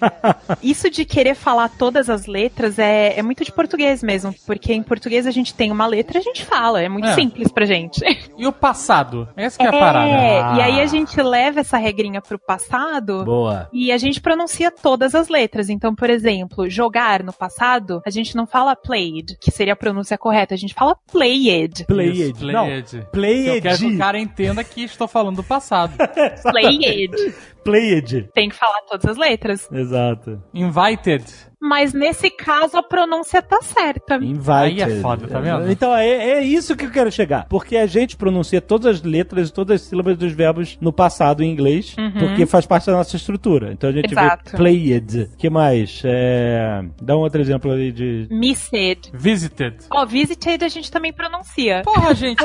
S3: Isso de querer falar todas as letras é, é muito de português mesmo, porque em português a gente tem uma letra e a gente fala, é muito
S4: É.
S3: simples pra gente.
S4: E o passado? Essa que é a parada.
S3: e aí a gente leva essa regrinha pro passado.
S2: Ah. Boa.
S3: E a gente pronuncia todas as letras. Então, por exemplo, jogar no passado, a gente não fala played, que seria a pronúncia correta, a gente fala played.
S2: Play
S4: Isso,
S2: it.
S4: play
S2: Não,
S4: it.
S2: play
S4: Eu quero que o
S2: it.
S4: cara entenda que estou falando do passado.
S3: Played.
S2: Play it.
S3: Tem que falar todas as letras.
S2: Exato.
S4: Invited.
S3: Mas nesse caso a pronúncia tá certa.
S2: Invited.
S4: Aí é foda, tá vendo?
S2: Então é, é isso que eu quero chegar. Porque a gente pronuncia todas as letras, todas as sílabas dos verbos no passado em inglês, porque faz parte da nossa estrutura. Então a gente
S3: Uhum. Exato.
S2: vê played. que mais? É, Dá um outro exemplo aí de.
S3: Missed.
S4: Visited.
S3: Ó, visited a gente também pronuncia.
S4: Porra, gente.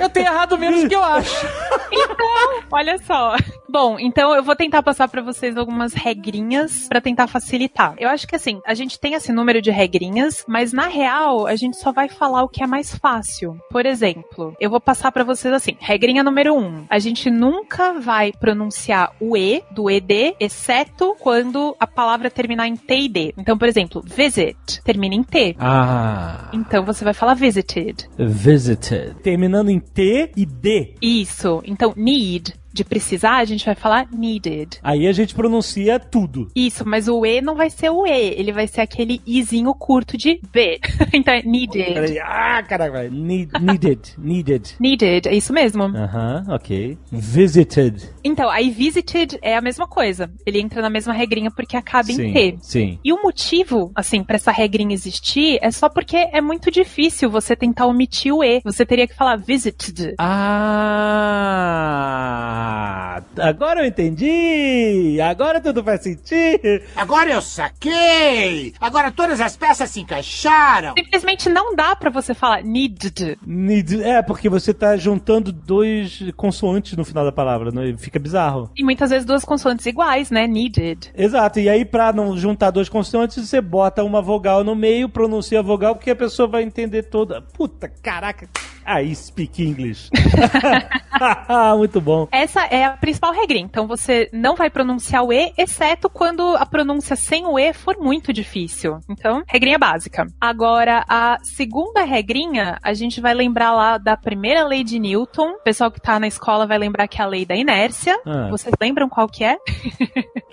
S4: eu tenho errado menos que eu acho.
S3: Então, olha só. Bom, então eu vou tentar passar pra vocês algumas regrinhas pra tentar facilitar. Eu acho que assim, a gente tem esse número de regrinhas, mas na real, a gente só vai falar o que é mais fácil. Por exemplo, eu vou passar pra vocês assim, regrinha número um. A gente nunca vai pronunciar o E do ED, exceto quando a palavra terminar em TD. Então, por exemplo, visit termina em T.
S2: Ah.
S3: Então você vai falar visited.
S2: Visited. Terminando em T e D.
S3: Isso. Então, need de precisar, a gente vai falar needed.
S2: Aí a gente pronuncia tudo.
S3: Isso, mas o E não vai ser o E, ele vai ser aquele Izinho curto de B. *laughs* então é needed.
S2: Peraí. Ah, caraca. vai. Need- needed. needed.
S3: Needed, é isso mesmo.
S2: Aham, ok. Visited.
S3: Então, aí visited é a mesma coisa. Ele entra na mesma regrinha porque acaba em T.
S2: sim.
S3: E o motivo, assim, pra essa regrinha existir é só porque é muito difícil você tentar omitir o E. Você teria que falar visited.
S2: Ah! Agora eu entendi! Agora tudo faz sentido!
S6: Agora eu saquei! Agora todas as peças se encaixaram!
S3: Simplesmente não dá pra você falar needed.
S2: Need- É, porque você tá juntando dois consoantes no final da palavra, não- fica bizarro.
S3: E muitas vezes duas consoantes iguais, né? Needed.
S2: Exato, e aí pra não juntar dois consoantes, você bota uma vogal no meio, pronuncia a vogal, porque a pessoa vai entender toda. Puta, caraca! Aí, speak English. *laughs* Muito bom.
S3: Essa é a principal regrinha. Então você não vai pronunciar o E, exceto quando a pronúncia sem o E for muito difícil. Então, regrinha básica. Agora, a segunda regrinha, a gente vai lembrar lá da primeira lei de Newton. O pessoal que tá na escola vai lembrar que é a lei da inércia.
S2: Ah.
S3: Vocês lembram qual que é?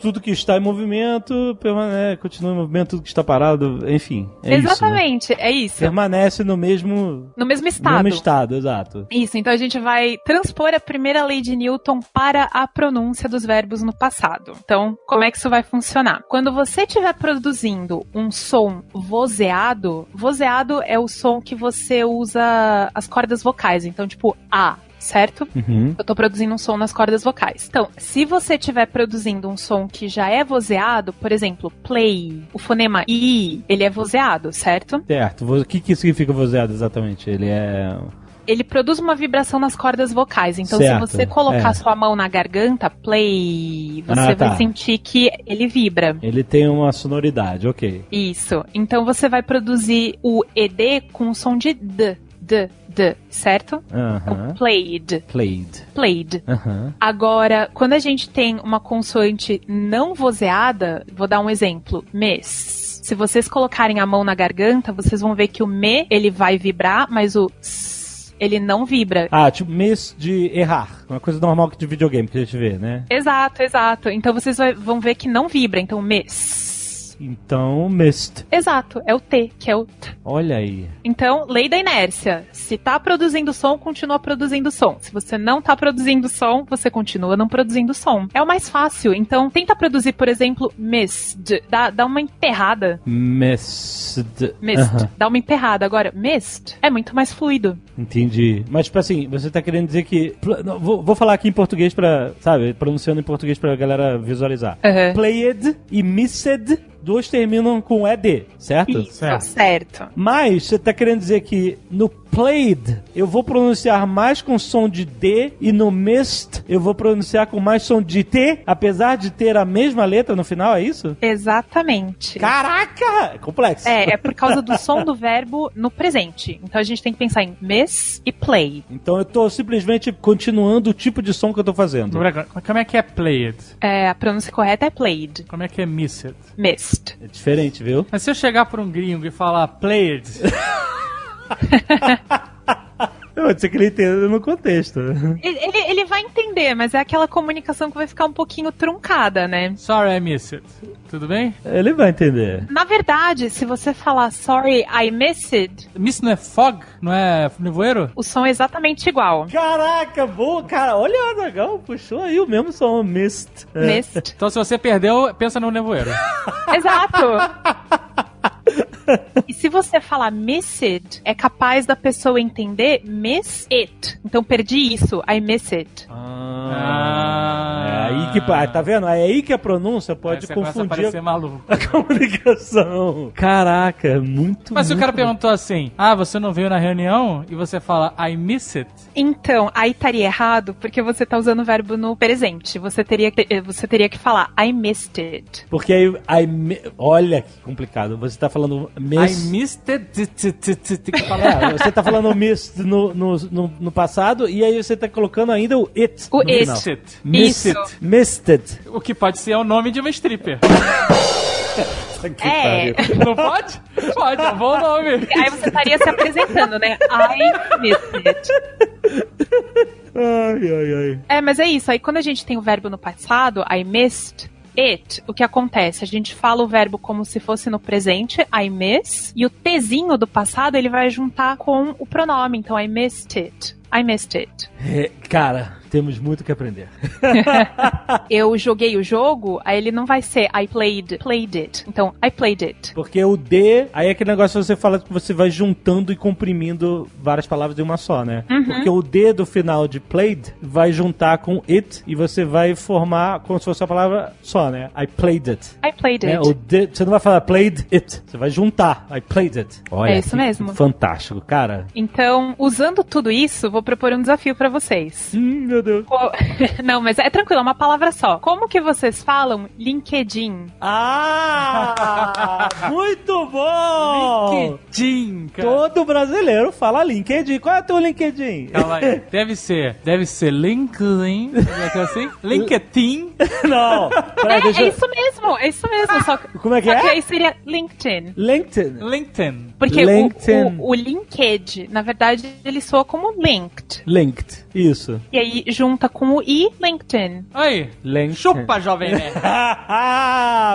S2: Tudo que está em movimento, permane... é, continua em movimento, tudo que está parado, enfim. É Isso, né?
S3: Exatamente, é isso.
S2: Permanece no mesmo
S3: No mesmo estado.
S2: Mesmo estado, exato.
S3: Isso, então a gente vai transpor a primeira lei de Newton para a pronúncia dos verbos no passado. Então, como é que isso vai funcionar? Quando você estiver produzindo um som vozeado, vozeado é o som que você usa as cordas vocais, então tipo A, certo?
S2: Hum.
S3: Eu tô produzindo um som nas cordas vocais. Então, se você estiver produzindo um som que já é vozeado, por exemplo, play, o fonema i, ele é vozeado, certo?
S2: Certo. O que, que significa vozeado exatamente? Ele é.
S3: Ele produz uma vibração nas cordas vocais. Então,
S2: Certo,
S3: se você colocar
S2: é.
S3: sua mão na garganta, play, você
S2: Ah, tá.
S3: vai sentir que ele vibra.
S2: Ele tem uma sonoridade, ok.
S3: Isso. Então você vai produzir o ED com o som de D, D, D, certo?
S2: Aham.
S3: O played,
S2: Played.
S3: played.
S2: Aham.
S3: Agora, quando a gente tem uma consoante não vozeada, vou dar um exemplo, mes. Se vocês colocarem a mão na garganta, vocês vão ver que o me, ele vai vibrar, mas o s, ele não vibra.
S2: Ah, tipo, mês de errar. Uma coisa normal que de videogame que a gente vê, né?
S3: Exato, exato. Então vocês vai- vão ver que não vibra, então o mes.
S2: Então, missed.
S3: Exato, é o T, que é o T.
S2: Olha aí.
S3: Então, lei da inércia. Se tá produzindo som, continua produzindo som. Se você não tá produzindo som, você continua não produzindo som. É o mais fácil. Então, tenta produzir, por exemplo, mist. Dá, dá uma emperrada.
S2: Missed.
S3: Mist.
S2: Aham.
S3: Dá uma emperrada. Agora, mist é muito mais fluido.
S2: Entendi. Mas, tipo assim, você tá querendo dizer que. pl- não, Vou, vou falar aqui em português pra. Sabe? Pronunciando em português pra galera visualizar.
S3: Uhum.
S2: Played e missed, dois terminam com ED, certo?
S3: Isso,
S4: É. Tá
S3: certo.
S2: Mas você tá querendo dizer que no played eu vou pronunciar mais com som de D e no missed eu vou pronunciar com mais som de T, apesar de ter a mesma letra no final, é isso?
S3: Exatamente.
S2: Caraca! É complexo.
S3: É, é por causa do som do verbo no presente. Então a gente tem que pensar em miss e play.
S2: Então eu tô simplesmente continuando o tipo de som que eu tô fazendo.
S4: Como é que é played?
S3: É, a pronúncia correta é played.
S4: Como é que é missed?
S3: Missed.
S2: É diferente, viu?
S4: Mas se eu chegar pra um gringo e falar played,
S2: Eu vou dizer que ele entenda no contexto.
S3: Ele, ele- ele vai entender, mas é aquela comunicação que vai ficar um pouquinho truncada, né?
S4: sorry I missed. Tudo bem?
S2: *laughs* Ele vai entender.
S3: Na verdade, se você falar sorry, I missed,
S4: Miss não é fog? Não é nevoeiro?
S3: o som é exatamente igual.
S2: Caraca, boa, cara. Olha o Azagal, puxou aí o mesmo som, mist. É.
S3: Missed.
S4: Então se você perdeu, pensa no nevoeiro.
S2: *laughs*
S3: Exato. E se você falar missed, é capaz da pessoa entender miss it. Então perdi isso, I miss it.
S2: É
S4: Ah,
S2: aí que, pa- tá vendo? É aí que a pronúncia pode
S4: Você começa a
S2: confundir
S4: parecer
S2: a,
S4: maluco.
S2: *laughs* comunicação. Caraca, é muito
S4: Mas se o
S2: muito-
S4: cara perguntou assim, ah, você não veio na reunião? E você fala, I miss it.
S3: Então, aí estaria errado, porque você tá usando o verbo no presente. Você teria que, eh, você teria que falar I missed it.
S2: Porque aí, aí me- olha que complicado. Você tá falando
S4: I
S2: mist.
S4: missed it. T- t- t- t- Tem que falar.
S2: *laughs* É, você tá falando mist no, no, no, no passado e aí você tá colocando ainda o it.
S3: O
S2: no
S3: it.
S2: final.
S4: Miss it.
S2: Miss
S3: Isso.
S2: it. Missed it.
S4: O que pode ser é o nome de uma stripper. *laughs*
S2: Que
S3: É.
S2: pariu.
S4: Não pode? Pode, é um bom nome.
S3: Aí você estaria se apresentando, né? I missed it.
S2: Ai, ai, ai.
S3: É, mas é isso. Aí quando a gente tem o verbo no passado, I missed it, o que acontece? A gente fala o verbo como se fosse no presente, I miss, e o tzinho do passado ele vai juntar com o pronome. Então, I missed it. I missed it.
S2: É, cara, temos muito que aprender.
S3: Eu joguei o jogo, aí ele não vai ser I played, played it. Então, I played it.
S2: Porque o D, aí é aquele negócio que você fala que você vai juntando e comprimindo várias palavras em uma só, né?
S3: Uhum.
S2: Porque o D do final de played vai juntar com it e você vai formar como se fosse a palavra só, né? I played it.
S3: I played
S2: Né?
S3: it.
S2: O D, você não vai falar played it, você vai juntar. I played it. Olha,
S3: É isso
S2: que
S3: mesmo.
S2: Fantástico, cara.
S3: Então, usando tudo isso, vou propor um desafio pra vocês.
S2: Hum, meu Deus.
S3: Co- *laughs* Não, mas é tranquilo, é uma palavra só. Como que vocês falam LinkedIn? *laughs*
S2: Ah! muito bom!
S4: LinkedIn, cara.
S2: Todo brasileiro fala LinkedIn. Qual é o teu LinkedIn?
S4: Calma aí. Deve ser, deve ser LinkedIn, como é que é assim? LinkedIn.
S2: *laughs* Não.
S3: É,
S2: Peraí, deixa
S3: é
S2: eu-
S3: isso mesmo, é isso mesmo. Só que,
S2: Como é que
S3: só
S2: é?
S3: que aí seria LinkedIn.
S2: LinkedIn.
S4: LinkedIn.
S3: Porque o-
S2: LinkedIn.
S3: O, o, LinkedIn, na verdade, ele soa como linked.
S2: Linked. *laughs* Isso.
S3: E aí junta com o I, LinkedIn.
S4: Aí.
S2: LinkedIn.
S4: Chupa, jovem nerd.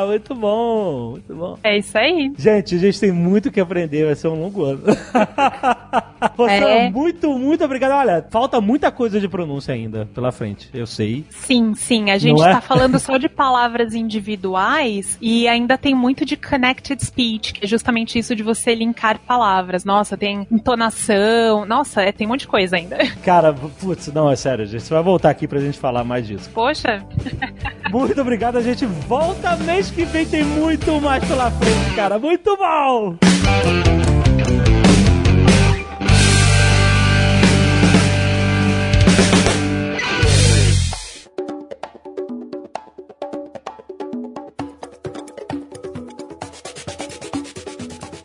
S2: muito bom, muito bom.
S3: É isso aí.
S2: Gente, a gente tem muito o que aprender, vai ser um longo ano. *laughs* Você
S3: É.
S2: muito, muito obrigado. Olha, falta muita coisa de pronúncia ainda pela frente, eu sei.
S3: Sim, sim. A gente
S2: Não é?
S3: tá falando só de palavras individuais e ainda tem muito de connected speech, que é justamente isso de você linkar palavras. Nossa, tem entonação. Nossa, é, tem um monte de coisa ainda. *laughs*
S2: Cara, putz, não, é sério, gente. Você vai voltar aqui pra gente falar mais disso.
S3: Poxa,
S2: Muito obrigado, a gente volta mês que vem. Tem muito mais pela frente, cara. Muito bom!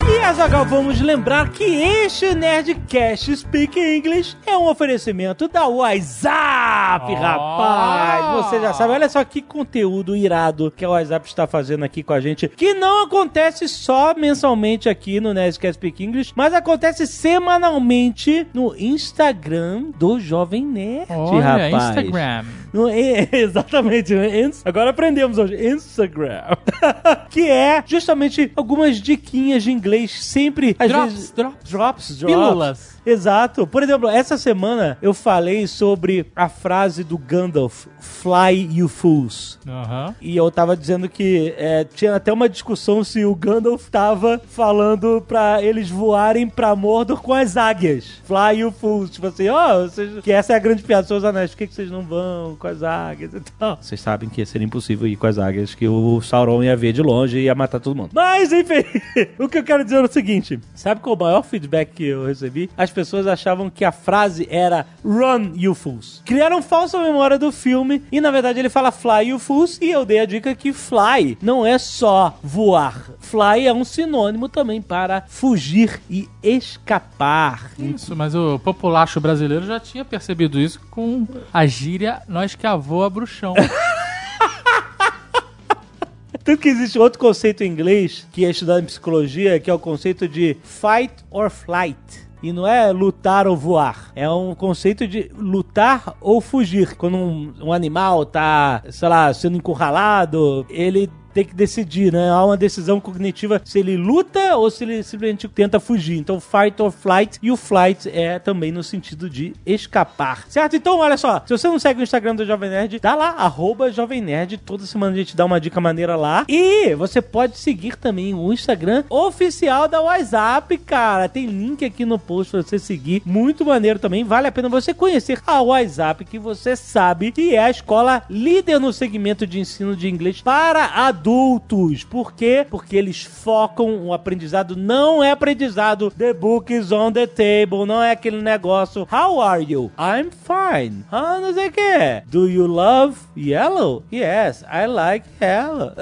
S2: E Azagal, vamos lembrar que este Nerdcast Speak English é um oferecimento da WhatsApp,
S4: Oh.
S2: rapaz! Você já sabe, olha só que conteúdo irado que a WhatsApp está fazendo aqui com a gente, que não acontece só mensalmente aqui no Nerdcast Speak English, mas acontece semanalmente no Instagram do Jovem Nerd,
S4: Olha,
S2: rapaz.
S4: Instagram.
S2: No- é, *laughs* exatamente. né? Ins- Agora aprendemos hoje. Instagram. *laughs* que é justamente algumas diquinhas de inglês sempre. Às
S4: Drops,
S2: vezes,
S4: drops.
S2: Drops, drops.
S4: Pílulas.
S2: Exato. Por exemplo, essa semana eu falei sobre a frase do Gandalf: Fly, you fools.
S4: Aham.
S2: E eu tava dizendo que é, tinha até uma discussão se o Gandalf tava falando pra eles voarem pra Mordor com as águias. Fly you fools. Tipo assim, ó, vocês- que essa é a grande piada, seus anéis, por que, que vocês não vão com as águias e tal? Vocês sabem que seria impossível ir com as águias, que o Sauron ia ver de longe e ia matar todo mundo. Mas, enfim, *laughs* o que eu quero dizer é o seguinte. Sabe qual o maior feedback que eu recebi? As pessoas achavam que a frase era Run, you fools. Criaram falsa memória do filme e, na verdade, ele fala Fly, you fools. E eu dei a dica que fly não é só voar. Fly é um sinônimo também para fugir e escapar.
S4: Isso, mas o populacho brasileiro já tinha percebido isso com a gíria Nós que avô a bruxão.
S2: Tanto que existe outro conceito em inglês que é estudado em psicologia, que é o conceito de fight or flight. E não é lutar ou voar. É um conceito de lutar ou fugir. Quando um, um animal tá, sei lá, sendo encurralado, ele tem que decidir, né? Há uma decisão cognitiva se ele luta ou se ele simplesmente tenta fugir. Então, fight or flight. E o flight é também no sentido de escapar. Certo? Então, olha só. Se você não segue o Instagram do Jovem Nerd, dá lá, arroba Jovem Nerd. Toda semana a gente dá uma dica maneira lá. E você pode seguir também o Instagram oficial da WhatsApp, cara. Tem link aqui no post pra você seguir. Muito maneiro também. Vale a pena você conhecer a WhatsApp, que você sabe que é a escola líder no segmento de ensino de inglês para adultos. Por quê? Porque eles focam o aprendizado. Não é aprendizado. The book is on the table. Não é aquele negócio. How are you? I'm fine. Ah, não sei o que. Do you love yellow? Yes, I like yellow.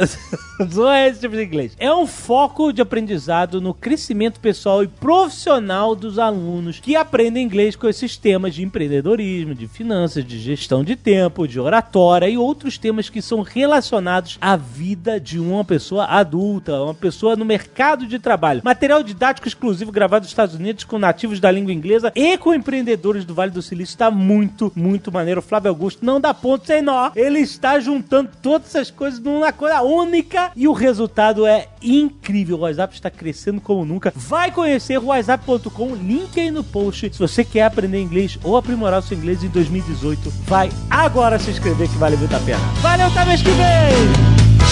S2: *laughs* não é esse tipo de inglês. É um foco de aprendizado no crescimento pessoal e profissional dos alunos que aprendem inglês com esses temas de empreendedorismo, de finanças, de gestão de tempo, de oratória e outros temas que são relacionados à vida de uma pessoa adulta, uma pessoa no mercado de trabalho. Material didático exclusivo gravado nos Estados Unidos com nativos da língua inglesa e com empreendedores do Vale do Silício. Está muito, muito maneiro. Flávio Augusto não dá ponto sem nó. Ele está juntando todas essas coisas numa coisa única e o resultado é incrível. O WhatsApp está crescendo como nunca. Vai conhecer o WhatsApp.com, link aí no post. Se você quer aprender inglês ou aprimorar o seu inglês em 2018, vai agora se inscrever que vale muito a pena. Valeu, até mês que vem!